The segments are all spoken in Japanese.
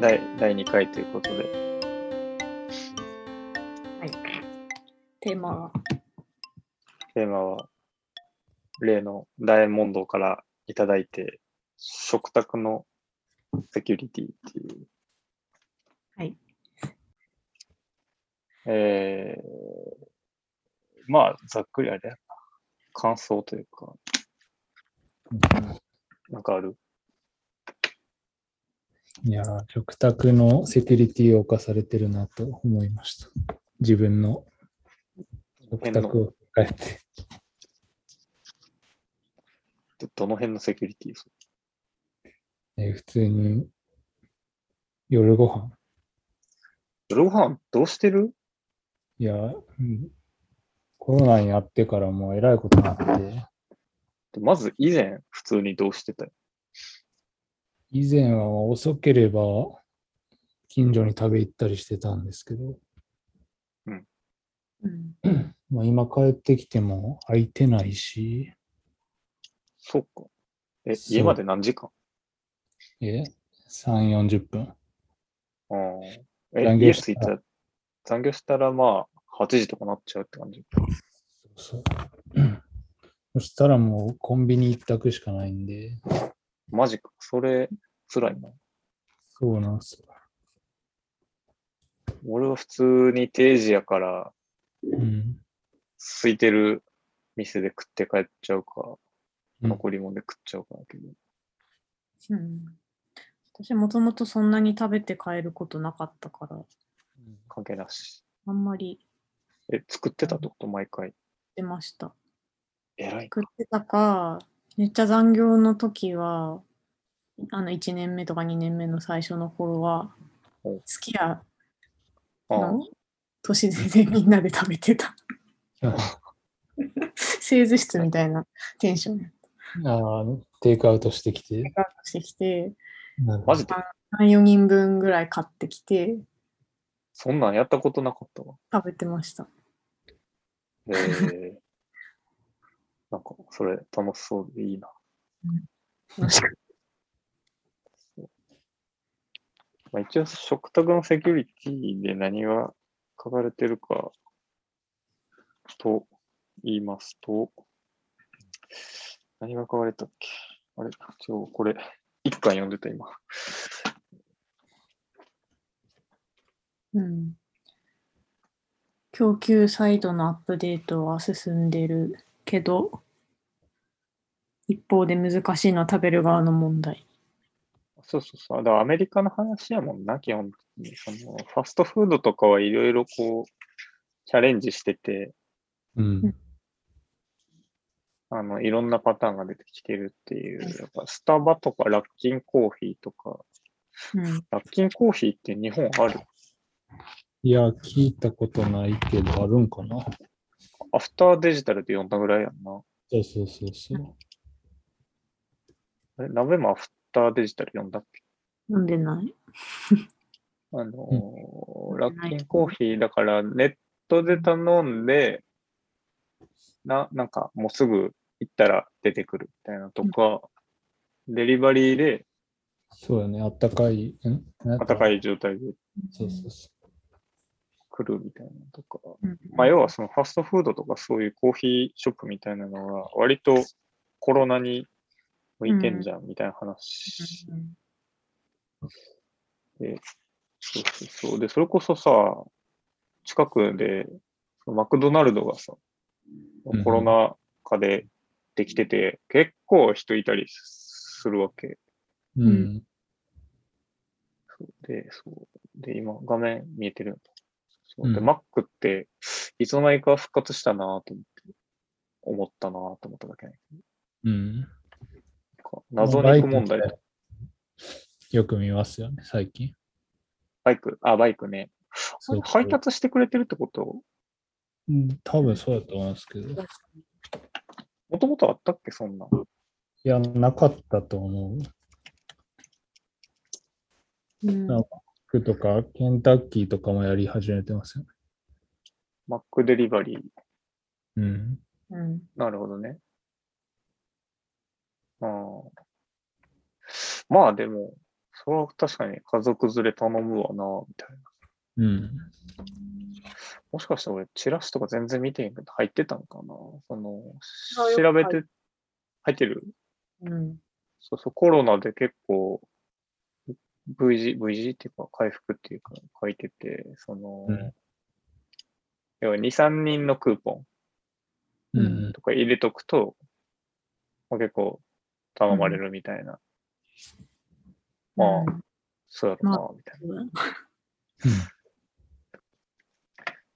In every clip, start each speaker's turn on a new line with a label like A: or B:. A: 第2回ということで。
B: はい。テーマは、
A: テーマは、例の大問答からいただいて、食卓のセキュリティっていう。
B: はい。
A: えー、まあ、ざっくりあれやな。感想というか、なんかある。
C: いやー、食卓のセキュリティを犯されてるなと思いました。自分の食卓を変えて。
A: どどの辺のセキュリティです
C: えー普通に夜ご飯
A: 夜ご飯どうしてる
C: いやー、うんコロナになってからもうえらいことになって、
A: まず以前、普通にどうしてたよ。
C: 以前は遅ければ近所に食べ行ったりしてたんですけど、
B: うん、
C: まあ、今帰ってきても空いてないし、
A: そうか。え、
C: そう
A: 家まで何時間
C: え ?3、40分。
A: ああ。え、
C: 残
A: 家
C: 業
A: 着
C: し
A: い
C: た
A: た、残業したらまあ、8時とかなっちゃうって感じ。
C: そうそう。そしたらもうコンビニ一択しかないんで、
A: マジか。それ、辛いな。
C: そうなんですよ。
A: 俺は普通に定時やから、
C: うん。
A: 空いてる店で食って帰っちゃうか、
C: うん
A: 残り物で食っちゃうかだけど。
B: うん。私もともとそんなに食べて帰ることなかったから、
A: 関係なし。
B: あんまり
A: え、作ってたってこと毎回。
B: 出ました。
A: 偉い。
B: 食ってたか、めっちゃ残業の時は、あの1年目とか2年目の最初の頃は、
A: お
B: 好きや
A: ああ
B: の都市伝でみんなで食べてた。
C: あ
B: 製図室みたいなテンションで
C: あの、テイクアウトしてきて。
B: ガーッとしてきて、
A: マジで
B: 3、4人分ぐらい買ってきて
A: そんなんやったことなかったわ。
B: 食べてました。
A: えー、なんか、それ楽しそうでいいな。
B: 楽しかっ
A: まあ、一応、食卓のセキュリティで何が書かれてるかと言いますと、何が書かれたっけあれ、ちょ、これ、一巻読んでた、今。
B: うん供給サイドのアップデートは進んでるけど、一方で難しいのは食べる側の問題。
A: そうそうそう。だからアメリカの話やもんな、基本的に。そのファストフードとかはいろいろこう、チャレンジしてて、
C: うん。
A: あの、いろんなパターンが出てきてるっていう。やっぱスタバとかラッキンコーヒーとか、
B: うん、
A: ラッキンコーヒーって日本ある
C: いや、聞いたことないけど、あるんかな。
A: アフターデジタルで読んだぐらいやんな。
C: そうそうそうそう。
A: あれ、鍋もアフターデジタル読んだっけ
B: 飲んでない。
A: あのー
B: うん
A: ラッキンコーヒーだからネットで頼んで、な、なんかもうすぐ行ったら出てくるみたいなとか、デリバリーで
C: そうだね、あったかい。んあ
A: 温か
C: い。
A: い状態で
C: そうそうそ
A: 来るみたいなとか、
B: うん
A: まあ要はそのファストフードとかそういうコーヒーショップみたいなのが割とコロナに向いてんじゃんみたいな話
B: うん
A: そうそうそう。で、それこそさ、近くで、マクドナルドがさ
C: うん、
A: コロナ禍でできてて、結構人いたりするわけ。
C: う。うん。
A: そうで、そう。で、今、画面見えてるのそうで、
C: うん
A: マックって、いつの間にか復活したなぁと思って、思ったなぁと思っただけね。
C: うん。
A: なんか謎肉問題
C: バイクよく見ますよね、最近。
A: バイク、あ、バイクね。あ
C: そう
A: れ配達してくれてるってこと
C: うん、多分そうだと思いますけど。い
A: もともとあったっけ、そんなん。
C: や、なかったと思う。
B: うん
C: なんか服とか、ケンタッキーとかもやり始めてますよね。
A: マックデリバリー。
C: うん。
B: うん
A: なるほどね。ああ。まあでも、それは確かに家族連れ頼むわな、みたいな。
C: うん。
A: もしかしたら俺、チラシとか全然見てへんけど、入ってたんかな。その
B: あ、よく
A: 調べ
B: 入
A: て、入ってる
B: うん。
A: そうそう、コロナで結構、V 字、V 字っていうか、回復っていうか、書いてて、その、
C: うん
A: 要は2、3人のクーポ
C: う
A: ン
C: ん。
A: とか入れとくと、まあ、結構頼まれるみたいな、まあ
B: うん
A: そうやろ
B: ま
A: な、みたいな。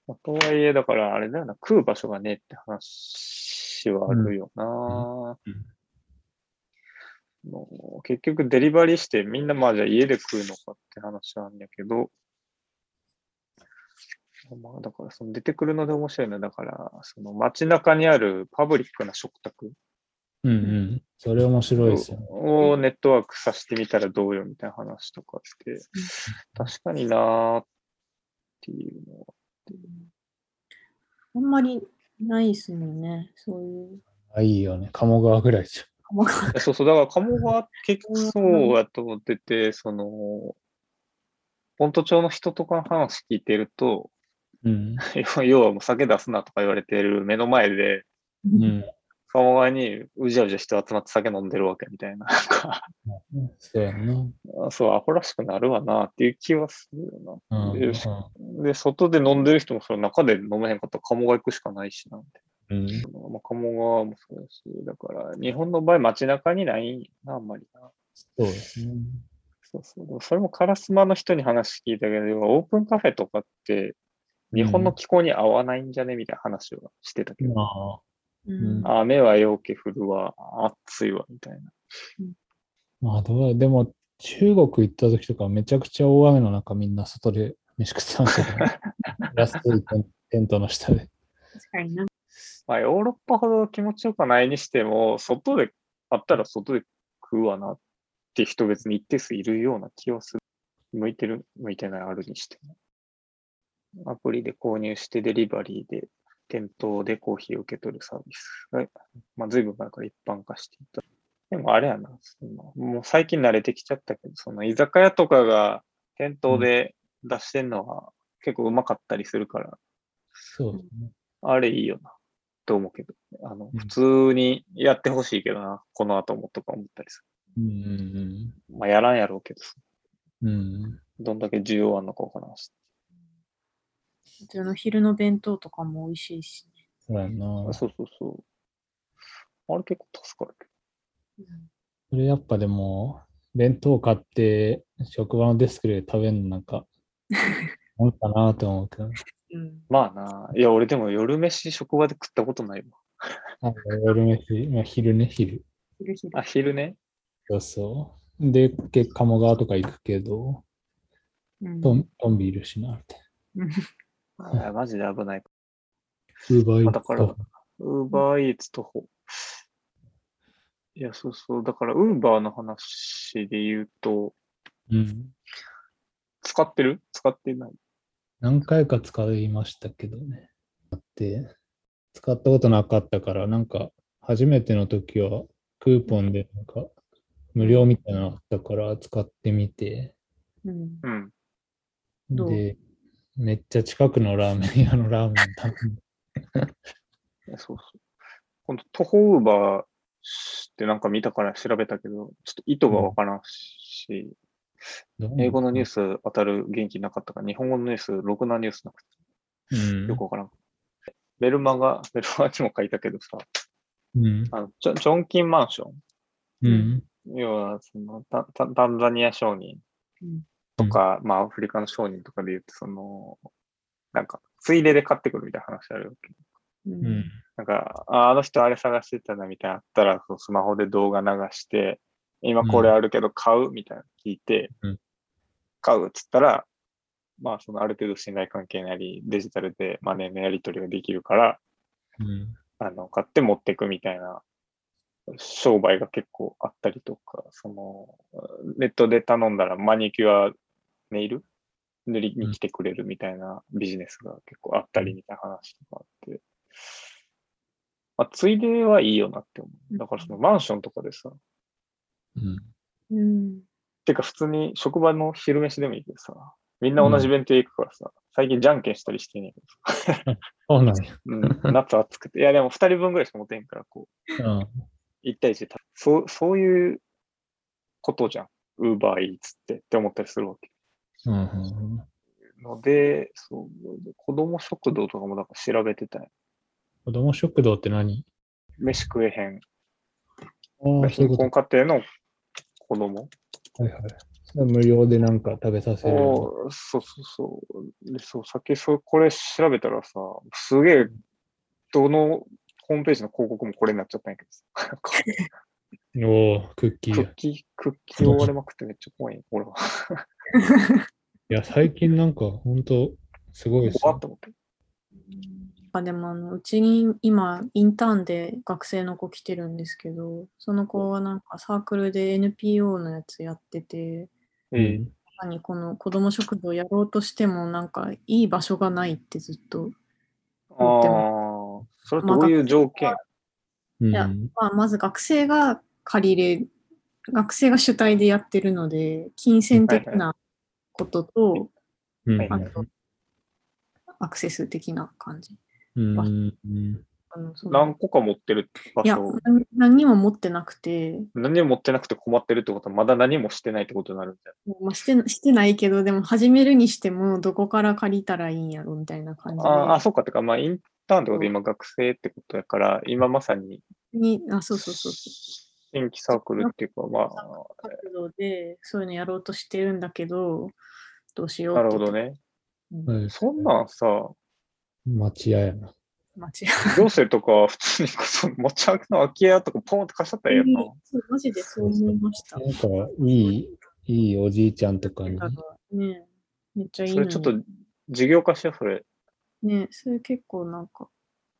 A: まあとはいえ、だからあれだよな、食う場所がねえって話はあるよな。
C: うん
A: もう結局デリバリーしてみんなまあじゃあ家で食うのかって話なんやけど、まあだからその出てくるので面白いのはだから、その街中にあるパブリックな食卓
C: うんうん。それ面白いですよね。
A: をネットワークさせてみたらどうよみたいな話とかって、確かになーっていうのは。
B: あんまりないですもんね。そういう。
C: あ、いいよね。鴨川ぐらいじ
B: 鎌倉
A: そうそう、だから鴨川結構そうやと思ってて、その、本当町の人とかの話聞いてると、
C: ゃん。うん。
A: 要要はもう酒出すなとか言われてる目の前で、
C: うん。
A: 鴨川にうじゃうじゃ人集まって酒飲んでるわけみたいな、 なんか、
C: そうやんな。うん
A: あそう、アホらしくなるわなっていう気はするよな。
C: うん
A: で、で外で飲んでる人もその中で飲めへんかったら鴨川行くしかないしな、みたい
C: うん。
A: な。まあ、鴨川もそうだし、だから日本の場合街中にないんやな、あんまりな。
C: そうですね。
A: そうそう。でもそれもカラスマの人に話聞いたけど、要はオープンカフェとかって、日本の気候に合わないんじゃねみたいな話をしてたけど、
C: まあ、
B: うん
A: 雨はよけ降るわ、暑いわ、みたいな。
C: まあどうでも、中国行った時とかめちゃくちゃ大雨の中みんな外で飯食ってたんですけど、 ラストテントの下で。
B: 確かにな。
A: まあ、ヨーロッパほど気持ちよくはないにしても、外で、あったら外で食うわなって人別に一定数いるような気をする。向いてる、向いてないあるにしても。アプリで購入してデリバリーで、店頭でコーヒーを受け取るサービスが、まあ、随分前から一般化していた。でもあれやな、そのもう最近慣れてきちゃったけど、その居酒屋とかが店頭で出してんのは結構うまかったりするから、
C: そうですね。
A: あれいいよな。と思うけど、あの、
C: うん
A: 普通にやってほしいけどな、この後もとか思ったりす
C: うん
A: る。まあ、やらんやろうけど、
C: うんうん。うん。
A: どんだけ需要あんのかわからんし。
B: 普通の昼の弁当とかも美味しいし、
C: そうやんな。
A: そうそうそう。あれ結構助かるけ
B: ね。
C: それやっぱでも、弁当買って、職場のデスクで食べるのなん か、なんかなと思うけど、
B: うん。
A: ど。まあな、いや、俺でも夜飯職場で食ったことない
C: なんか夜飯、まあ、昼ね、昼。
B: 昼昼
A: わ。あ、昼ね。
C: そうそう。で、け鴨川とか行くけど、
B: うん
C: トントンビいるしな、みたい
A: いや、マジで危ない。
C: な。ウーバーイー
A: あだ
C: ツと
A: からウーバーイーツ徒歩。いや、そうそう。だから、ウーバーの話で言うと、
C: うん。
A: 使ってる使ってない。
C: 何回か使いましたけどね。あって、使ったことなかったから、なんか、初めての時は、クーポンで、なんか、無料みたいなのあったから、使ってみて、
B: うん。
A: うん。
B: どう
C: で、めっちゃ近くのラーメン屋のラーメン食
A: そうそう。今度、徒歩ウーバーってなんか見たから調べたけど、ちょっと意図がわからんし、
C: べ
A: 英語のニュー
C: ス、
A: ス当たる元気なかったから、日本語のニュース、ろくなニュースなく
C: うん
A: て、よくわからん。メルマガ、 メルマガにも書いたけどさ、
C: うん。
A: あのチョチョンキンマンショ
C: うん。
A: ン、要はそのタタタンザニア商人
B: うん
A: とか、まあアフリカの商人とかで言うと、その、なんか、ついでで買ってくるみたいな話あるわけ。
B: う
C: うんん。
A: なんか、ああの人あれ探してたなみたいなのあったら、そうスマホで動画流して、今これあるけど買うみたいなの聞いて、
C: うん
A: 買うっつったら、まあ、そのある程度信頼関係なり、デジタルでマネーのやり取りができるから、
C: うん。
A: あの、買って持ってくみたいな商売が結構あったりとか、その、ネットで頼んだらマニキュア、ネイル塗りに来てくれるみたいなビジネスが結構あったりみたいな話とかあって、まあ、ついではいいよなって思う。だからそのマンションとかでさ、
C: うん。
B: うん。
A: てか普通に職場の昼飯でもいいけどさ、みんな同じ弁当行くからさ、最近じゃんけんしたりしてね
C: そうな
A: え
C: んや。
A: けどさ、うん、夏暑くて、いやでも2人分ぐらいしか持てへんから、こう、
C: うん。
A: 1対1で食べそう、そういうことじゃん。ウーバーイーツってって思ったりするわけ。
C: うんうん
A: ので、そう、子供食堂とかもなんか調べてたよ。
C: 子供食堂って何
A: 飯食えへん。
C: ああ、そうい
A: 貧
C: うこと
A: 困家庭の子供
C: か。はいはい。それは無料でなんか食べさせる。
A: おーそうそうそう。で、そう、さっきそう、これ調べたらさ、すげえ、どのホームページの広告もこれになっちゃったんやけどさ。なんか
C: おークッキ
A: ク
C: ーや
A: ッ。キー、クッキー追われまくってめっちゃ怖い。俺は。
C: いや、最近なんか本当すごいです
A: 怖っ
C: よ。
A: と思って。
B: あでもあのうちに今インターンで学生の子来てるんですけどその子はなんかサークルで NPO のやつやってて
A: うん。
B: まさにこの子ども食堂やろうとしてもなんかいい場所がないってずっと、
A: ああ、それどういう条件
C: うん。
B: やまあ、まず学生が借りれ学生が主体でやってるので金銭的なことと
C: うん
A: はい
B: あとアクセス的な感じ。
C: うんうん
B: あのその
A: 何個か持ってる場
B: いや
A: 所。
B: 何何も持ってなくて
A: 何も持ってなくて困ってるってことは、まだ何もしてないってことになるんじ
B: まあ、してしてないけど、でも始めるにしても、どこから借りたらいいんやろみたいな
A: ゃ
B: 感じ
A: な
B: で。
A: いあーあ、そうか。てか、まあ、インターンってことで今学生ってことやから、今まさに
B: にあそうそうそう。
A: 新規サークルっていうか、ま
B: サーク
A: あ、
B: 活動で、そういうのやろうとしてるんだけど、どうしよう
A: な
B: って
A: るほど。ね。
B: うん
C: はい
A: そんなんさ、
C: 町屋やな。
B: 間違
A: 行政とか普通にこそ持ち歩くの空き家とかポンって貸しちゃったら
B: い
A: ええ
B: な
A: やん
B: い
A: な。
B: そうマジでそう思いました。
C: なんか、いい、いいおじいちゃんとかに。
B: だからね、めっちゃいい
A: そ
B: の
A: れ
B: に
A: ちょっと事業化しよう、それ。
B: ね、それ結構なんか、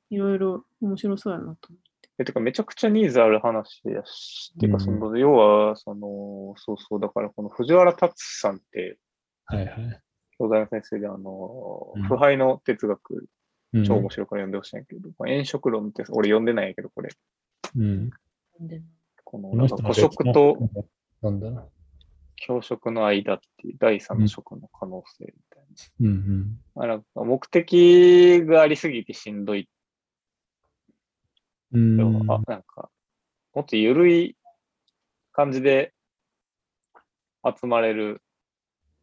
B: いろいろ面白そうやなと思
A: え、てかめちゃくちゃニーズある話やし、てかその、要は、その、そうそう、だからこの藤原達さんって、
C: はいはい。
A: 東大の先生で、あの
C: うん、
A: 腐敗の哲学、
C: うん
A: 超面白いから読んでほしいんやけど、まあ炎食論って、俺読んでないんやけど、これ、
C: うん。
B: って。で
A: この、
C: こ
A: な
C: の
A: ん
C: 人
A: か、
C: の
A: 孤食と、
C: なんだな。
A: 教食の間っていう第三の食の可能性みたいな。
C: うんうん。
A: まあなんか目的がありすぎてしんどい
C: うん
A: 要はあなんか、もっと緩い感じで集まれる、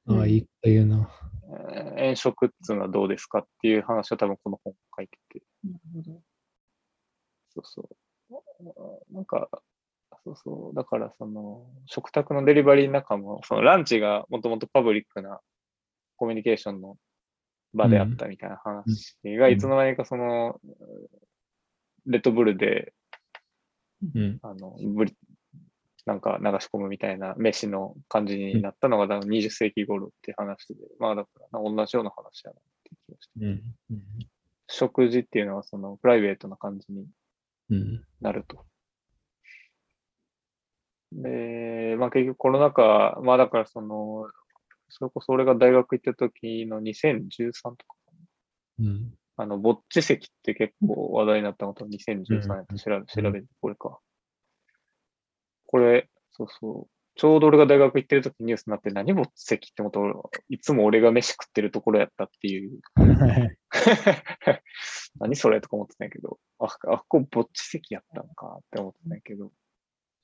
C: ああ、いいこと言うな。
A: えー、演食っつうのはどうですかっていう話を多分この本書いてて、
B: なるほど。
A: そうそう。なんか、そうそう。だから、その、食卓のデリバリーの中も、そのランチがもともとパブリックなコミュニケーションの場であったみたいな話が、
C: うん
A: いつの間にかその、レッドブルで
C: うん。
A: あの、ぶりなんか流し込むみたいな飯の感じになったのが、だから20世紀頃って話で、まあだから同じような話やなって気がして。
C: うん。
A: 食事っていうのはそのプライベートな感じに
C: うん。
A: なると。で、まあ結局コロナ禍、まあだからその、それこそ俺が大学行った時の2013とか、
C: うん。
A: あの、ぼっち席って結構話題になったのと、2013年と調べ調べて、これか。これ、そうそう。ちょうど俺が大学行ってる時にニュースになって、何ぼっち席って思った俺はいつも俺が飯食ってるところやったっていう。何それとか思ってたんやけど、あ、あ、ここぼっち席やったんかって思ってたんやけど。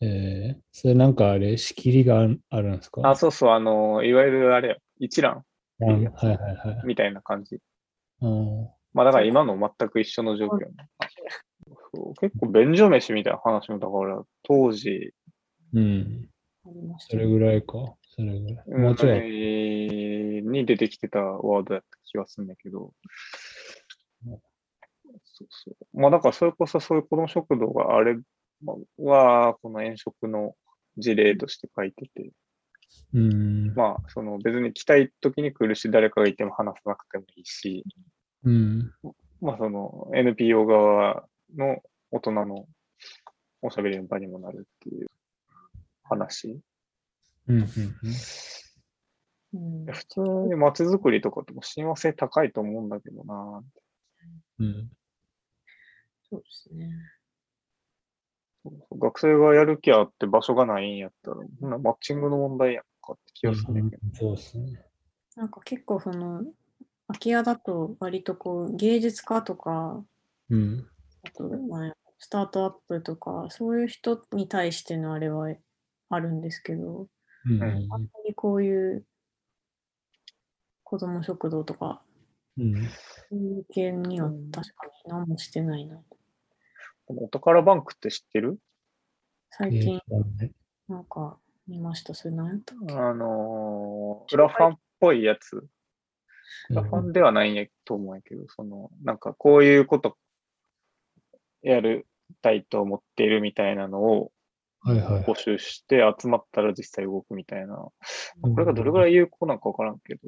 C: えー、それなんかあれ、仕切りがあるあるんですか
A: あ、そうそう、あの、いわゆるあれや、一覧
C: うはいはいはい。
A: みたいな感じ。
C: あー
A: まあだから今の全く一緒の状況やなそう結構便所飯みたいな話も、だから当時、
C: うん。
B: ありまし
C: そ
B: た
C: れぐらいか。それぐらい。もうちょい。
A: いに出てきてたワードやった気がするんだけど。そうそう。まあだからそれこそそういう子供食堂があれまあは、この遠食の事例として書いてて、
C: うん。
A: まあその別に来たい時に来るし、誰かがいても話さなくてもいいし、
C: うん。
A: まあその NPO 側の大人のおしゃべりの場にもなるっていう話。
C: うん。うん。
B: うん
A: 普通に街づくりとかっても親和性高いと思うんだけどな。
C: うん。
B: そうですね。
A: 学生がやる気あって場所がないんやったら、そんなマッチングの問題やん。かって気がするんだけど。
C: そうですね。
B: なんか結構その、空き家だと割とこう芸術家とか、
C: うん。
B: あと、まあ、スタートアップとか、そういう人に対してのあれはあるんですけど、
C: うん
A: うん
B: あんまりこういう子ども食堂とか、
C: うん。
B: そういう系には確かに何もしてないな。
A: でもお宝バンクって知ってる
B: 最
C: え
B: 近
C: ーそうね
B: なんか見ました、それ何やったっけ
A: あのー、クラファンっぽいやつ。クラファンではないんやと思うんやけど、その、なんかこういうことやりたいと思っているみたいなのを
C: はいはい
A: 募。集して集まったら実際動くみたいな。これがどれぐら
C: い
A: い有効なのかわからんけど、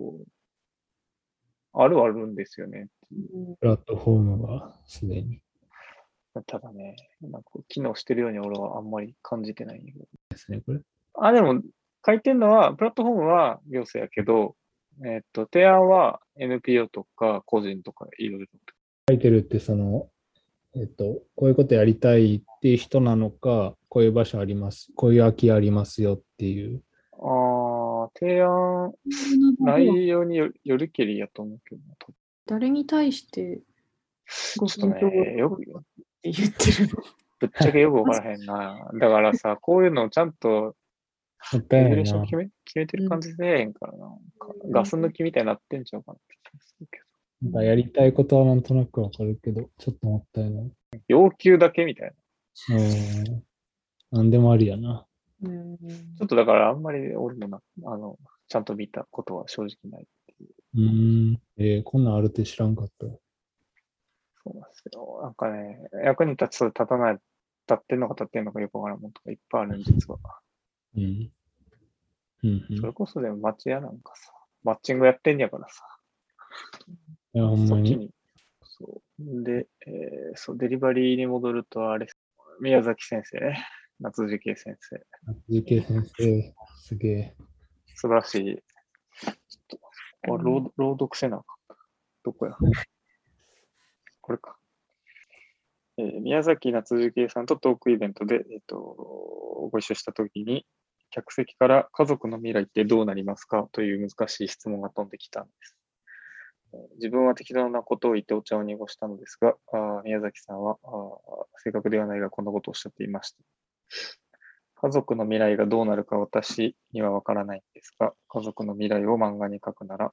A: あるはあるんですよね。
B: うん
C: プラットフォームがすでに
A: ただね、なんか機能してるように俺はあんまり感じてないんやけど。
C: ですね、これ。
A: あ、でも、書いてんのは、プラットフォームは行政やけど、えっと、提案は NPO とか個人とかいろいろ。
C: 書いてるって、その、えっと、こういうことやりたいっていう人なのか、こういう場所あります、こういう空き家ありますよっていう。
A: ああ、提案、内容によよりけりやと思うけどな、と
B: 誰に対してご
A: ちょっとね、よく、
B: って言ってるの
A: ぶっちゃけよくわからへんな。だからさ、こういうのをちゃんと
C: もった
A: レ
C: い
A: ギュ
C: な
A: レー
C: い
A: ション
C: な。
A: 決め決めてる感じでええんからな。なんかガス抜きみたいになってんちゃうかなって気がするけ
C: なんかやりたいことはなんとなくわかるけど、ちょっともったいない。
A: ど。要求だけみたいな。
C: うん。なんでもありやな。
B: うん
A: ちょっとだからあんまり俺もな、あの、ちゃんと見たことは正直ない。
C: うん。えー、こんなんあるって知らんかった。
A: そうなんですけど、なんかね、役に立つ、立たない、立ってんのか立ってんのかよくわからんもんとかいっぱいあるん実は。
C: うん。うん、うん。い
A: それこそでも町屋なんかさ、マッチングやってんやからさ、
C: や、ほん
A: そ
C: ま
A: っち
C: に。
A: に。そう。で、えーそう、デリバリーに戻ると、あれ、宮崎先生ね、夏樹恵先生、
C: 藤木先生、すげえ。
A: 素晴らしい。ちょっと、これ朗朗読せなあかんどこやこれか。えー宮崎夏樹恵さんとトークイベントで、えっとご一緒したときに、客席から家族の未来ってどうなりますかという難しい質問が飛んできたんです。えー自分は適当なことを言ってお茶を濁したのですが、あー宮崎さんはあー正確ではないがこんなことをおっしゃっていました。家族の未来がどうなるか私にはわからないんですが、家族の未来を漫画に描くなら、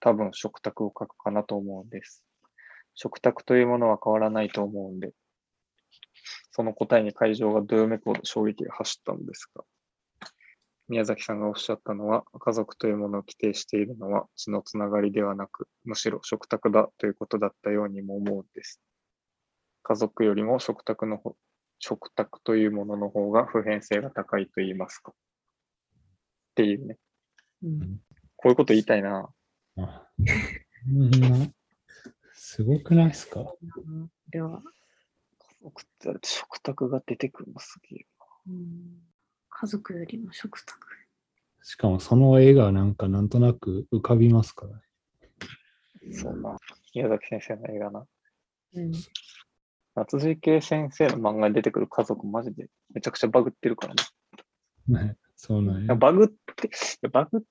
A: 多分食卓を描くかなと思うんです。食卓というものは変わらないと思うんで、その答えに会場がどよめくほど衝撃が走ったのですが、宮崎さんがおっしゃったのは、家族というものを規定しているのは血のつながりではなく、むしろ食卓だということだったようにも思うんです。家族よりも食卓のほ食卓というものの方が普遍性が高いと言いますか。っていうね、
B: うん
A: こういうこと言いたいな。
C: あそんなすごくないですか
B: これは、
A: 家族ってあれ食卓が出てくるのすげえ。
B: うん家族よりも食卓。
C: しかもその絵がなんかなんとなく浮かびますからね。
A: そんな、宮崎先生の映画な。
B: うん
A: 夏樹系先生の漫画に出てくる家族、マジでめちゃくちゃバグってるからね。
C: ね、そうなんや。
A: バグって、いやバグ、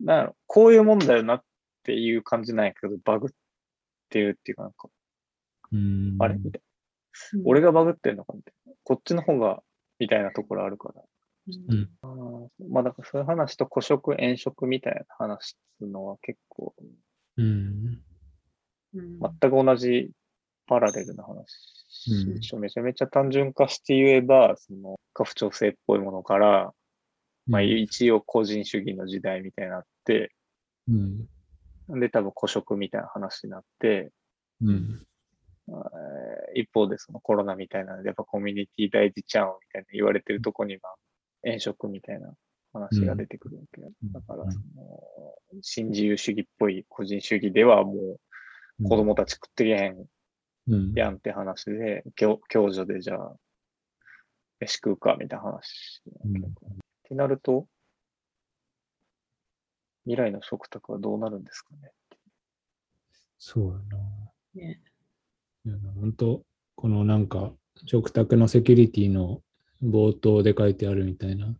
A: なんやろ、こういうもんだよなっていう感じなんやけど、バグっていうっていうか、なんか、
C: うん
A: あれみたいな。俺がバグってるのかみたいな。こっちの方が、みたいなところあるから。
B: うん
A: まあ、だからそういう話と、古食、炎食みたいな話っていうのは結構、
C: うん。
B: う
A: 全
B: ん
A: く同じパラレルな話、
C: うん
A: めちゃめちゃ単純化して言えば、その、家父長制っぽいものから、まあ、一応個人主義の時代みたいになって、
C: うん。
A: で、多分古食みたいな話になって、
C: うん。
A: えー一方でそのコロナみたいなので、やっぱコミュニティ大事ちゃうんみたいな言われてるとこには、炎食みたいな話が出てくるわけだ。
C: うん
A: だから、その、新自由主義っぽい個人主義ではもう子供たち食ってけへん
C: うん。
A: やんって話で、共共助でじゃあ、飯食うかみたいな話。
C: うん
A: ってなると、未来の食卓はどうなるんですかね。
C: そうやな。
B: ね
C: いや本当このなんか、食卓のセキュリティの冒頭で書いてあるみたいな、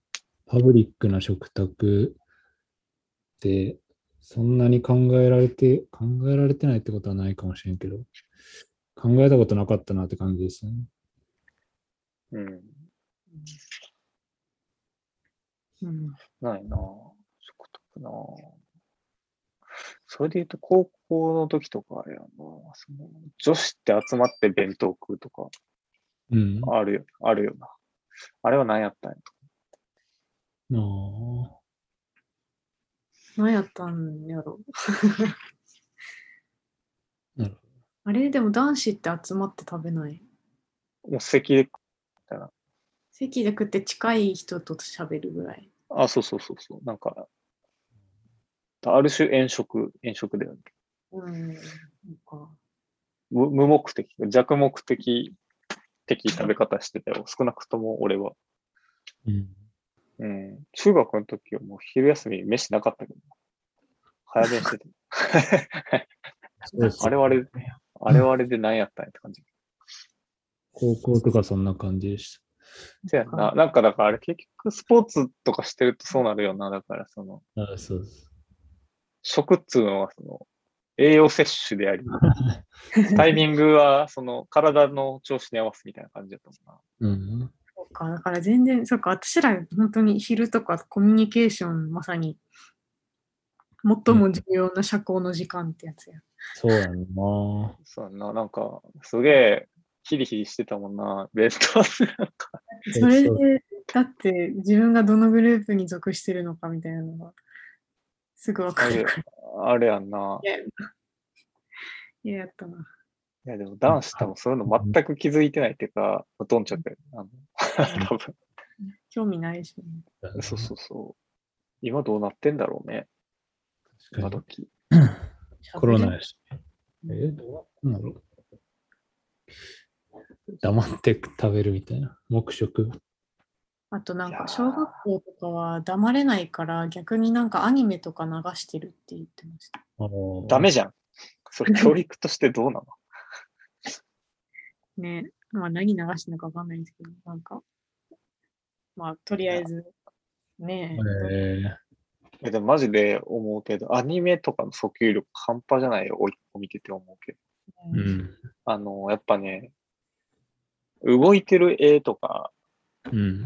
C: パブリックな食卓って、そんなに考えられて、考えられてないってことはないかもしれんけど、考えたことなかったなって感じですね。
A: うん。
B: うん。
A: ないなぁ食卓なぁそれで言うと、高校の時とかあれやなその女子って集まって弁当食うとか、
C: うん。あ
A: あるよ、あるよな。あれは何やったんや
C: あ。
B: 何やったんやろ。
C: なるほ
B: あれでも男子って集まって食べない。
A: もう席で、
B: 席で食って近い人と喋るぐらい。
A: あ、そうそうそうそう、なんか、ある種遠食、遠食だよね。
B: うん。なんか
A: 無無目的、弱目的的食べ方してたよ。少なくとも俺は。
C: ど。うん。
A: うん。中学の時はもう昼休み飯なかったけど。早弁してて。
C: そうです
A: あれはあれ、あれはあれで何やったんやって感じ。
C: 高校とかそんな感じでし
A: せやな。なんかだからあれ結局スポーツとかしてるとそうなるよな。だからその、
C: た。ああ、そうです。
A: 食っつうのはその、栄養摂取であり、 タイミングはその体の調子に合わすみたいな感じだったもんな。
C: うん。
B: そうか、だから全然、そうか、私ら本当に昼とかコミュニケーション、まさに、最も重要な社交の時間ってやつや。
C: そうやん な。
A: そうやんな、なんか、すげえ、ヒリヒリしてたもんな、弁当。 なんか
C: うん
B: それで、だって自分がどのグループに属してるのかみたいなのが、すぐわかるから。
A: あれやんな。
B: いや、やったな。
A: いや、でも男子多分そういうの全く気づいてないっていうか、ほとんどちゃってあの、多分。
B: 興味ないし、ね。
A: そうそうそう。今どうなってんだろうね、
C: 確
A: 今
C: かに
A: 時。
C: コロナ
B: 喋
C: やし。え、どうなの黙って食べるみたいな。黙食。
B: あとなん
A: いや
B: か
A: ー
B: 小学校とかは黙れないから逆になんかアニメとか流してるって言ってました。
C: あの
A: ダメじゃん。それ教育としてどうなの
B: ね。まあ何流してるのかわかんないですけど、なんか。まあとりあえず、ねえ。
C: えー
A: いやでもマジで思うけど、アニメとかの訴求力半端じゃないよ、甥っ子見てて思うけど。
C: う
B: うん
C: ん。
A: あの、やっぱね、動いてる絵とか
C: うん。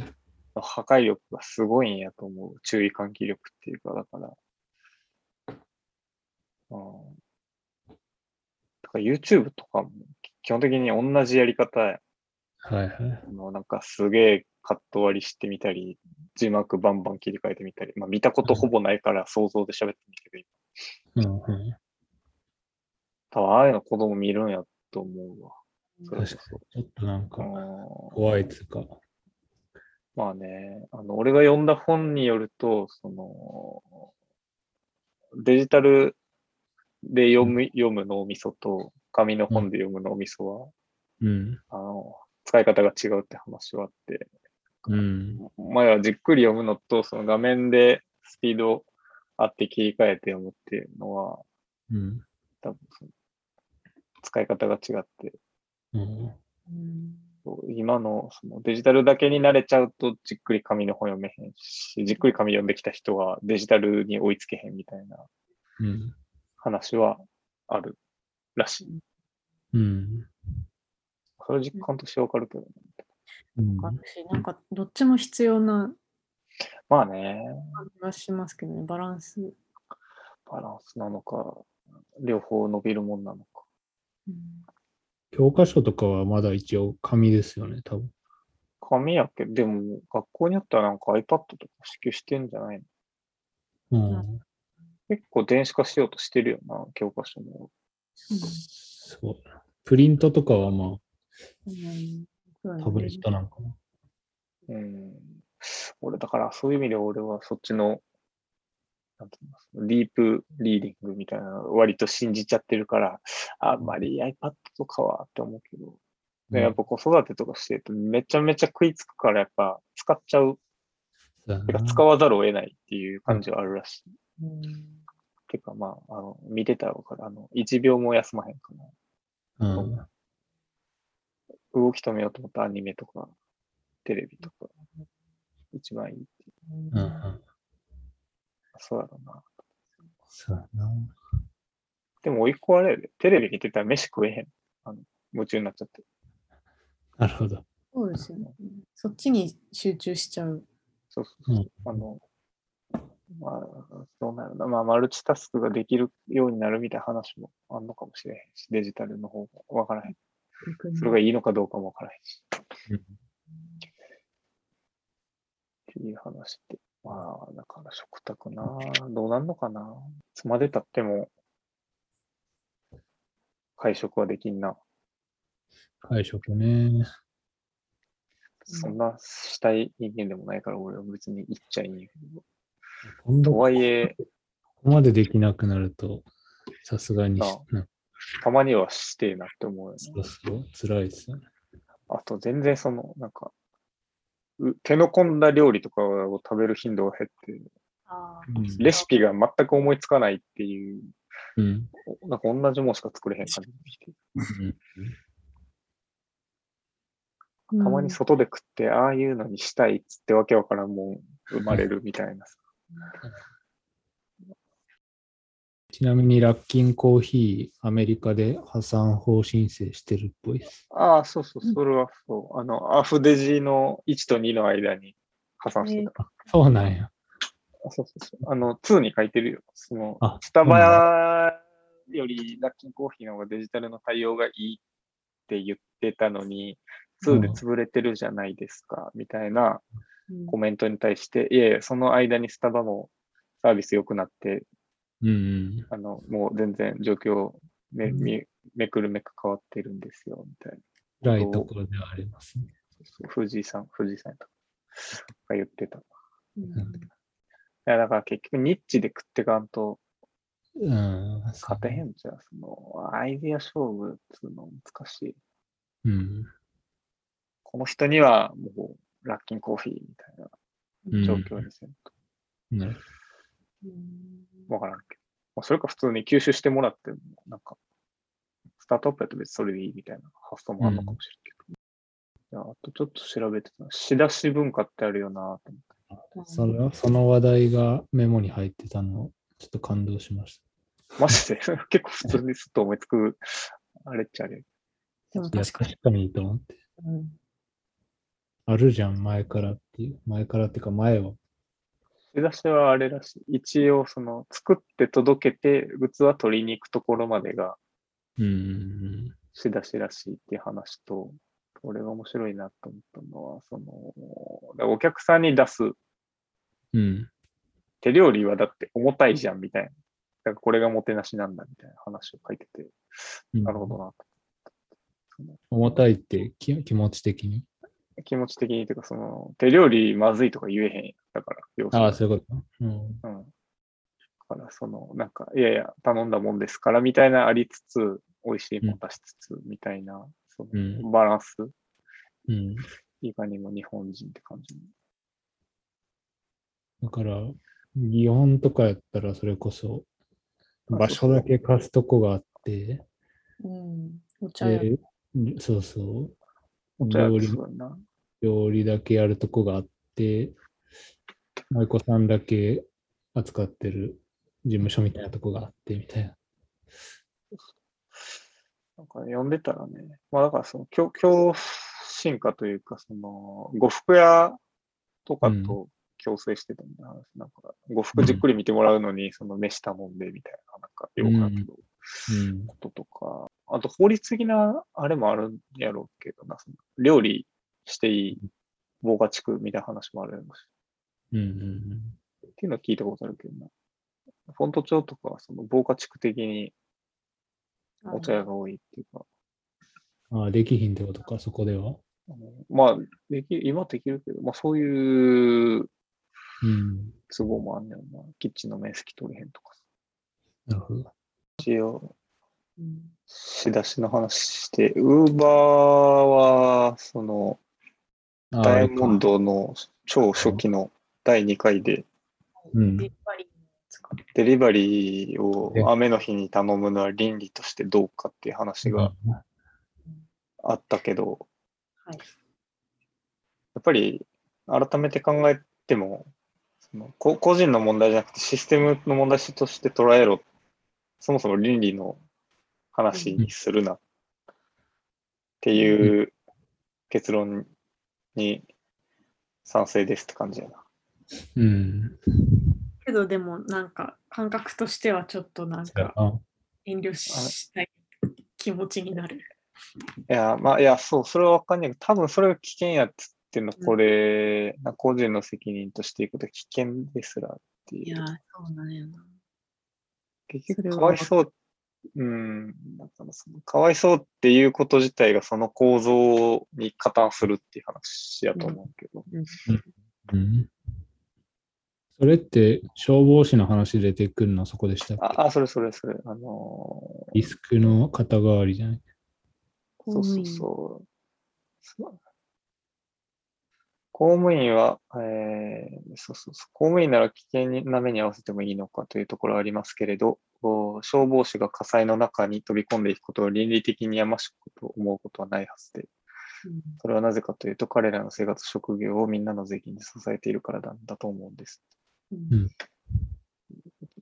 A: の破壊力がすごいんやと思う。注意喚起力っていうか、だから。うん。だから YouTube とかも基本的に同じやり方や。
C: はいはい。
A: あのなんかすげえカット割りしてみたり、字幕バンバン切り替えてみたり、まあ見たことほぼないから想像で喋ってみるけど、
C: うんうん、
A: 多分ああいうの子供見るんやと思うわ。それこそ
C: ちょっとなんか
A: うん
C: 怖いっつうか。
A: まあね、あの、俺が読んだ本によると、その、デジタルで読む、読む脳みそと、紙の本で読む脳みそ
C: うん。
A: は、あの、使い方が違うって話はあって、
C: うん。
A: 前はじっくり読むのと、その画面でスピードあって切り替えて読むっていうのは、
C: うん。
A: 多分その、使い方が違って、
C: うん。
B: うん
A: そう今のそのデジタルだけに慣れちゃうと、じっくり紙の本読めへんし、じっくり紙読んできた人はデジタルに追いつけへんみたいな
C: うん。
A: 話はあるらしい。
C: うん。
A: それは実感としてわかるけどね、
C: うん
B: なんか私なんかどっちも必要な
A: まあね、
B: 感じがしますけどね、バランス。
A: バランスなのか、両方伸びるもんなのか。
B: うん
C: 教科書とかはまだ一応紙ですよね、多分。
A: 紙やっけでも、学校にあったらなんか iPad とか支給してんじゃないの
C: うん。
A: 結構電子化しようとしてるよな、教科書も。
C: そう。プリントとかは
B: う
C: ま
B: んそうだ
C: あ、
B: ね
C: タブレットなんかな。
A: うん。俺、だからそういう意味で俺はそっちの、なんていうの、ディープリーディングみたいなの割と信じちゃってるから、あんまり iPad とかはって思うけど、でやっぱ子育てとかしてるとめちゃめちゃ食いつくからやっぱ使っちゃう、
C: うん
A: てか使わざるを得ないっていう感じはあるらしい。
B: うん
A: てかまあ、あの、見てたらわかる。あの、1秒も休まへんかな。
C: うん。
A: 動き止めようと思ったらアニメとか、テレビとか、一番いいって。
C: うんうん。
A: そうやろな。
C: そうやな。
A: でも、甥っ子あれやで、テレビ見てたら飯食えへん。あの夢中になっちゃって。
C: なるほど。
B: そうですよね。そっちに集中しちゃう。
A: そうそうそう。あの、まあ、どうなるな。まあ、マルチタスクができるようになるみたいな話もあんのかもしれへんし、デジタルの方もわからへん。
B: 逆に
A: それがいいのかどうかもわからへんし。っていう話で。まあ、だから食卓な、どうなんのかな。つまでたっても、会食はできんな。
C: 会食ね。
A: そんなしたい人間でもないから、俺は別に行っちゃいに。
C: 今
A: と
C: 度こ
A: はいえ、
C: こまでできなくなると、さすがにし
A: あ、
C: なんか
A: たまにはしてえなって思うよね。
C: そうそう、辛いですよね。
A: あと全然その、なんか、う手の込んだ料理とかを食べる頻度が減って、
B: あ
C: うん
B: ー
A: レシピが全く思いつかないっていう、
C: うん。
A: おなんか同じもんしか作れへん感じできて、
C: うん
B: うん
A: たまに外で食って、ああいうのにしたいっつってわけわからんもん生まれるみたいな。
C: ちなみに、ラッキンコーヒー、アメリカで破産法申請してるっぽいです。
A: ああ、そうそうう、
B: ん
A: それはそう。あの、アフデジの1と2の間に破産してた。
C: そうなんや。
A: あそうそうそう。あの、2に書いてるよ。その、
C: あ、
A: スタバよりラッキンコーヒーの方がデジタルの対応がいいって言ってたのに、
C: うん
A: 2で潰れてるじゃないですか、みたいな
B: うん
A: コメントに対して、いやいや、その間にスタバもサービス良くなって、
C: うんうん。
A: あの、もう全然状況め,、
B: うん
A: めめくるめく変わってるんですよ、みたいな。
C: 辛いところではありますね。
A: そう藤井さん、藤井さんとかが言ってた。い
B: うん
A: や、だから結局ニッチで食ってかんと
C: うん。
A: 勝てへんじゃん。その、アイディア勝負っつうの難しい。
C: うん。
A: この人にはもうラッキンコーヒーみたい
C: うん
A: な状況にせんと
C: なる
B: うん
A: わからんけど、まあ、それか普通に吸収してもらっても、なんか、スタートアップやと別にそれでいいみたいな発想もあるのかもしれんけど。いやあとちょっと調べてた。仕出し文化ってあるよなと思って。
C: ほどそのその話題がメモに入ってたの、ちょっと感動しまし
A: マジで結構普通にすっと思いつく、あれっちゃあれ。
B: でも
C: た。いや、
B: 確かに
C: 確かにいいと思って。
B: うん
C: あるじゃん、前からっていう。前からっていうか、前は。
A: 仕出しはあれらしい。一応、その、作って届けて、器取りに行くところまでが
C: うんうん
A: 仕出しらしいっていう話と、俺が面白いなと思ったのは、その、だからお客さんに出す
C: うん。うん。
A: 手料理はだって重たいじゃんみたいな。だからこれがもてなしなんだみたいな話を書いてて、
C: うん
A: なるほどな。
C: 重たいってき気持ち的に。
A: 気持ち的にというか、その、手料理まずいとか言えへんやんだから、要する
C: あ
A: に
C: あ、そういうこと。うん。
A: うん。だから、その、なんか、いやいや、頼んだもんですからみたいなありつつ、美味しいもん出しつつ、みたいな、そ
C: うん
A: の、バランス、
C: うん。
A: いかにも日本人って感じ。
C: だから、祇園とかやったらそれこそ、
A: あ
C: 場所だけ貸すとこがあって、
B: うんお茶屋
C: でそうそう、
A: じゃあ、
C: 料理
A: すごいな。
C: 料理だけやるとこがあって、舞妓さんだけ扱ってる事務所みたいなとこがあって、みたいな。
A: なんか読んでたらね、まあだからその教教進化というか、その呉服屋とかと共生してたみたいな話、なんか呉服じっくり見てもらうのに、その飯頼んでみたいな、なんかよくあるけど、
C: うん。
A: こととか、あと法律的なあれもあるんやろうけどな、その料理していい防火地区みたいな話もあるやろうし、
C: うんうん
A: っていうのは聞いたことあるけどな。フォント帳とかはその防火地区的にお茶屋が多いっていうか、
C: うん。ああ、できひんってことか、そこでは。
A: あのまあ、でき今できるけど、まあそういう
C: うん。
A: 都合もあんねんな。キッチンの面積取れへんとかさ。
C: なるほど。
A: 一応、
B: うん
A: 仕出しの話して、ウーバーは、その、
C: ああ
A: ダイ
C: れ
A: ヤ
C: か
A: モンドの超初期の第2回で、
C: うん
B: デリバリーのやつか
A: デリバリーを
C: で
A: 雨の日に頼むのは倫理としてどうかっていう話があったけど、
B: はい
A: やっぱり改めて考えても、そのこ個人の問題じゃなくてシステムの問題として捉えろ。そもそも倫理の話にするな。っていう結論に賛成ですって感じやな。
C: うん。
B: けどでもなんか感覚としてはちょっとなん
C: そうや
B: か
C: な
B: 遠慮したい気持ちになる。
A: いや、まあ、いや、そう、それはわかんないけど、多分それが危険やっつってんの、これ、な個人の責任としていくと危険ですらっていう。
B: いや、そうなんやな。
A: 結
B: それ
A: 局、
B: は
A: かわいそう、うん、なんかそのかわいそうっていうこと自体がその構造に加担するっていう話やと思うけど、
C: うん。それって消防士の話出てくるのはそこでしたっけ
A: ああ、それそれそれ、あのー
C: リスクの肩代わりじゃない
A: そうそう
B: 公務
A: そう。そう公務員は、えーそうそうそう、公務員なら危険な目に遭わせてもいいのかというところはありますけれど、お消防士が火災の中に飛び込んでいくことを倫理的にやましくと思うことはないはずで、
B: 員うん
A: それはなぜかというと、彼らの生活、職業をみんなの税金で支えているからなんだと思うんです。
B: うん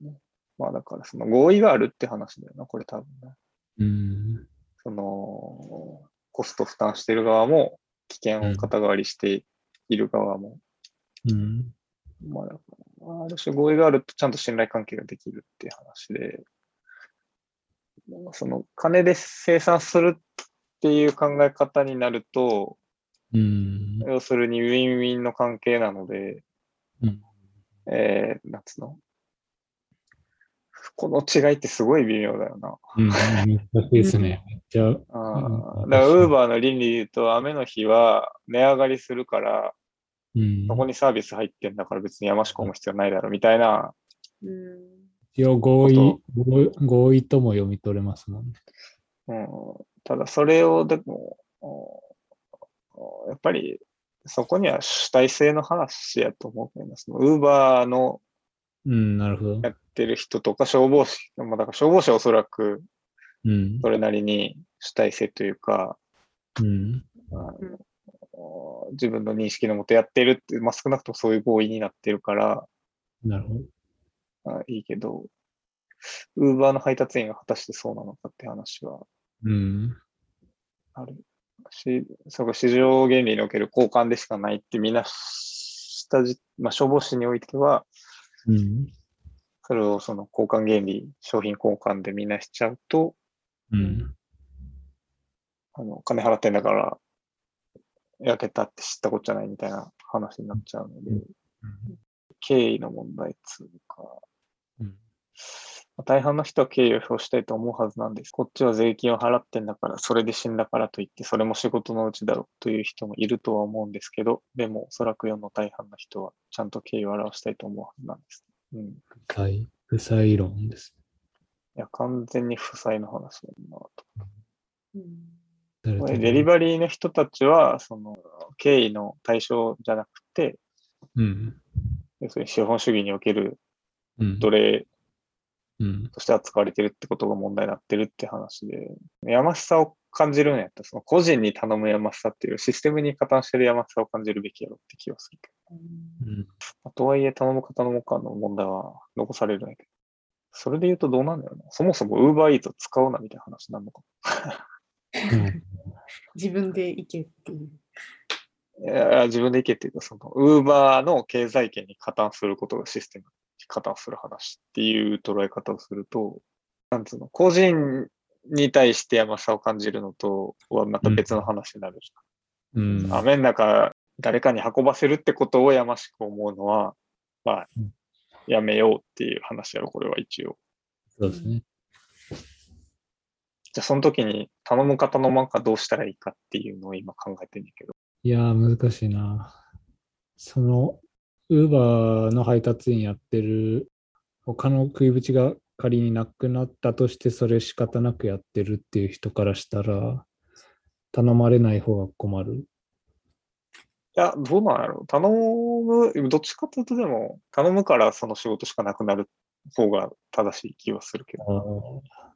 C: うん
A: まあだから、その合意があるって話だよな、これ多分な。
C: うん。
A: そのコスト負担してる側も危険を肩代わりしている側も、
C: うん。
A: まあだから、ある種合意があるとちゃんと信頼関係ができるっていう話で、なんかその金で生産するっていう考え方になると、
C: うん。
A: 要するにウィンウィンの関係なので、
C: うん
A: えー、なんつうのこの違いってすごい微妙だよな。
C: うん難しいですね。めっちゃ、
A: あ
C: う
A: ー
C: ん
A: だから、ウーバーの倫理で言うと、雨の日は値上がりするから、
C: うん
A: そ。こにサービス入ってんだから別にやましく思う必要ないだろうみたいな、
B: うん
C: 一応合意
A: こ
C: 合意、合意とも読み取れますもんね。
A: うん、ただそれをでも、うんやっぱりそこには主体性の話やと思うけどな、そのウーバーの
C: うん、なるほど
A: や。ってる人とか消防士、まあ、だから消防士はおそらく
C: うん。
A: それなりに主体性というか、
C: うん。
A: あの自分の認識のもとやってるって、まあ、少なくともそういう合意になってるから、
C: なるほど。
A: あいいけど、ウーバーの配達員が果たしてそうなのかって話は
C: うん。
A: あるし、そこ市場原理における交換でしかないってみんな下じ、まあ、消防士においては、
C: うん。
A: それをその交換原理、商品交換でみんなしちゃうと、
C: うん。
A: あの金払ってんだから、焼けたって知ったことじゃないみたいな話になっちゃうので、経緯の問題っつうか、
C: うん。
A: まあ大半の人は敬意を表したいと思うはずなんです。こっちは税金を払ってんだから、それで死んだからといって、それも仕事のうちだろうという人もいるとは思うんですけど、でも、おそらく世の大半の人は、ちゃんと敬意を表したいと思うはずなんです。うん。い
C: 不採、不採論です。
A: や、完全に負債の話だなと。
B: うん
C: 誰と
A: こ
C: も
A: れデリバリーの人たちは、その、敬意の対象じゃなくて、
C: うん。
A: 要するに資本主義における
C: うん。
A: 奴隷
C: うん。
A: として扱われてるってことが問題になってるって話で、やましさを感じるんやったら、その個人に頼むやましさっていうシステムに加担してるやましさを感じるべきやろって気がするけど。
C: うん。
A: まあとはいえ、頼むか頼むかの問題は残されるんやけど。それで言うとどうなんだよな。そもそも Uber Eats 使うなみたいな話になるのか。
C: うん
B: 自分で行けっていう。
A: いや自分で行けっていうか、その Uber の経済圏に加担することがシステムに加担する話っていう捉え方をすると、なんつうの、個人に対してやましさを感じるのとはまた別の話になるじゃん
C: うん。
A: 雨の中、誰かに運ばせるってことをやましく思うのは、まあ
C: うん、
A: やめようっていう話やろ、これは一応。
C: そうですね。
A: じゃあ、その時に頼むか頼まんかどうしたらいいかっていうのを今考えてんだけど。
C: いやー、難しいな。その、ウーバーの配達員やってる、他の食いぶちが仮になくなったとして、それ仕方なくやってるっていう人からしたら、頼まれない方が困る。
A: いや、どうなんやろ頼む、どっちかというとでも、頼むからその仕事しかなくなる方が正しい気はするけど。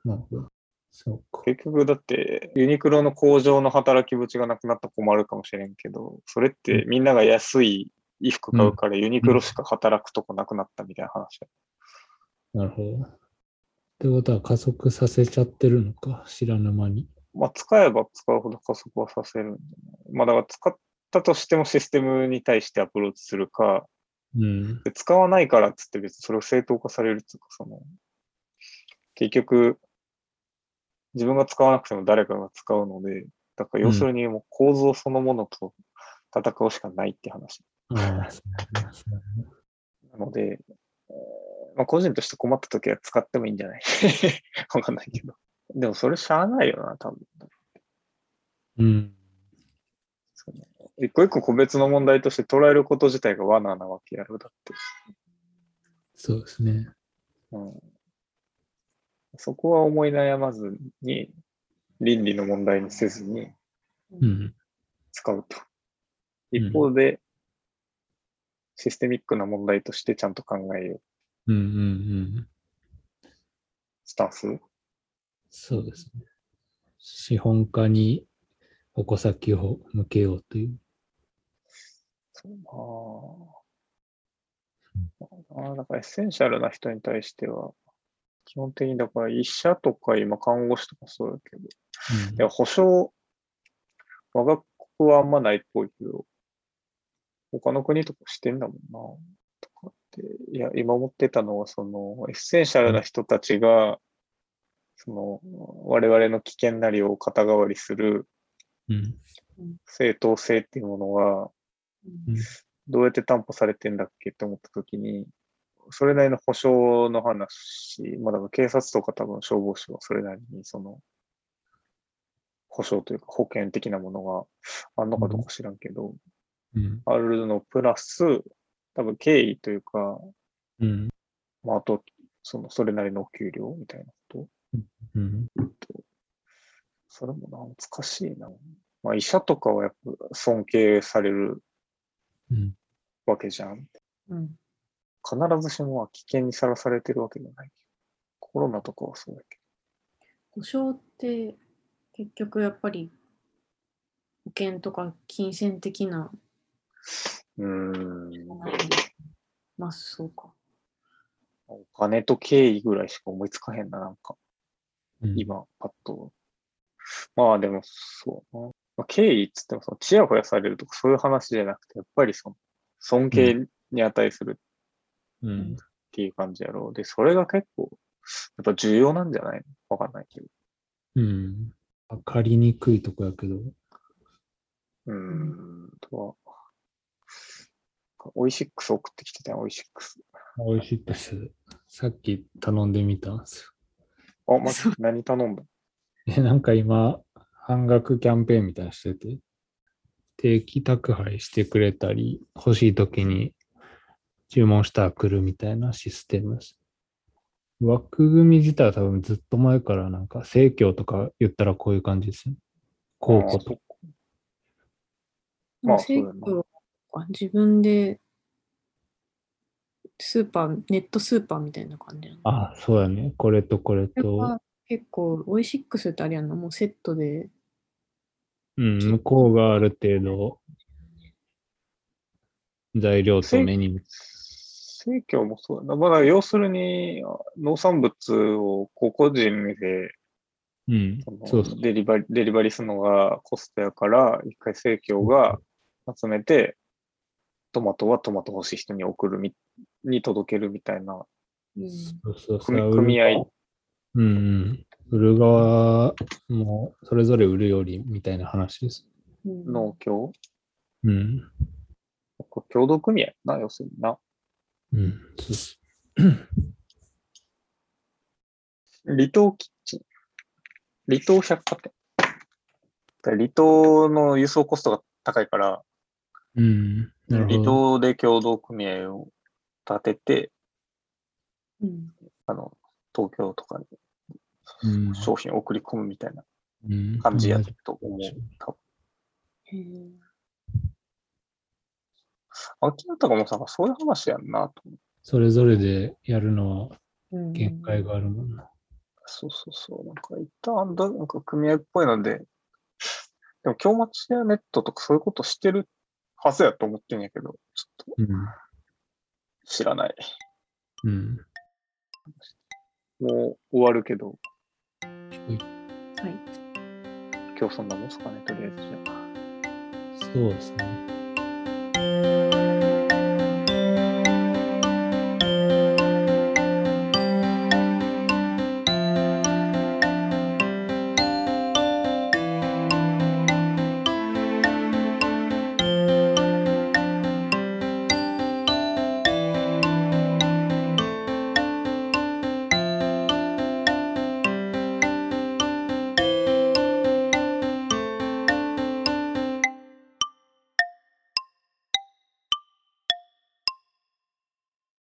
C: ああ、なるほど。そうか。
A: 結局だって、ユニクロの工場の働き口がなくなったら困るかもしれんけど、それってみんなが安い衣服買うからユニクロしか働くとこなくなったみたいな話だ。
C: なるほど。ってことは加速させちゃってるのか、知らぬ間に。
A: まあ、使えば使うほど加速はさせるんじゃないまあ、だから使ったとしてもシステムに対してアプローチするか、
C: うん。
A: で使わないからっつって別にそれを正当化されるっていうか、その、結局、自分が使わなくても誰かが使うので、だから要するにもう構造そのものと戦うしかないって話。
C: ああ、そうなんですね
A: なので、えーまあ、個人として困った時は使ってもいいんじゃ ないわかんないけど。でもそれしゃあないよな、多分。
C: うん。
A: その一個一個個別の問題として捉えること自体が罠なわけやろ、だって。
C: そうですね。
A: うん、そこは思い悩まずに、倫理の問題にせずに
C: うん。
A: 使うと。
C: うん
A: 一方で、システミックな問題としてちゃんと考えよう。
C: うんうんうん。
A: スタンス。
C: そうですね。資本家に矛先を向けようという。
A: そうなああ、だからエッセンシャルな人に対しては、基本的にだから医者とか今看護師とかそうだけど、いや、保証、我が国はあんまないっぽいけど、他の国とかしてんだもんな、とかって。いや、今思ってたのは、その、エッセンシャルな人たちが、その、我々の危険なりを肩代わりする
C: うん。うん。
A: 正当性っていうものは、
C: うん
A: どうやって担保されてんだっけって思った時に、それなりの保証の話、まあ、だから警察とか多分消防士はそれなりにその、保証というか保険的なものがあんのかどうか知らんけど、
C: うん。
A: あるのプラス、多分経緯というか、
C: うん。
A: まあ、あと、その、それなりのお給料みたいなこと。
C: うん。
A: それもな、難しいな。まあ、医者とかはやっぱ尊敬される
C: うん。
A: わけじゃん。
B: うん
A: 必ずしも危険にさらされてるわけじゃないけど。コロナとかはそうだけ
B: 保証って結局やっぱり保険とか金銭的な、
A: ど。うーん。
B: まあそうか。
A: お金と経緯ぐらいしか思いつかへんな、なんか、
C: うん。
A: 今、パッと。まあでも、そうな。まあ、経緯っつっても、その、ちやほやされるとか、そういう話じゃなくて、やっぱりその、尊敬に値する
C: うん。
A: っていう感じやろう。で、それが結構、やっぱ重要なんじゃないのわかんないけど。
C: うん。わかりにくいとこやけど。
A: うーん、とは。オイシックス送ってきてたよ、オイシックス。
C: 美味しいです。さっき頼んでみたんですよ。
A: あ、ま
B: そう、
A: 何頼んだ
C: え、 なんか今、半額キャンペーンみたいなのしてて、定期宅配してくれたり、欲しい時に注文したら来るみたいなシステムです。枠組み自体は多分ずっと前からなんか、生協とか言ったらこういう感じですね。こうこ
A: あそ
C: と
A: っ。かまあ
B: 正教は自分でスーパー、ネットスーパーみたいな感じなの。
C: あ、そうだね。これとこれ
B: これ
C: と
B: は。結構、オイシックスってあれやんの、もうセットで。
C: うん、向こうがある程度、材料とメニュー。
A: 生協もそうだな。まあだから要するに、あ農産物をこう個人で
C: うん
A: その、
C: そうそう。
A: デリバリデリバリするのがコストやから、一回生協が集めて、トマトはトマト欲しい人に送るみ、に届けるみたいな。
B: うん
C: そうそうそう
A: 組組合。
C: うんうん。売る側もそれぞれ売るよりみたいな話です。
B: うん
A: 農協
C: うん。
A: これ共同組合やな、要するにな。
C: うん。そうそ
A: 離島キッチン。離島百貨店。だから離島の輸送コストが高いから、
C: ううん。なる
A: 離
C: ほど。
A: 島で共同組合を立てて、
B: うん
A: あの、東京とかに
C: うん
A: 商品を送り込むみたいな
C: うん
A: 感じやと思う。多分
B: へえ
A: 秋葉とかもさ、そういう話やんなと思う。
C: それぞれでやるのは
B: うん
C: 限界があるもんな。
A: そうそうそう。なんか一旦、なんか組合っぽいので、でも、京町やネットとかそういうことしてるはずやと思ってんやけど、ちょっと
C: うん。
A: 知らない。
C: うん。
A: もう終わるけど、
B: はい。
A: 今日そんなもんすかね、とりあえずじゃあ。
C: そうですね。
B: はい。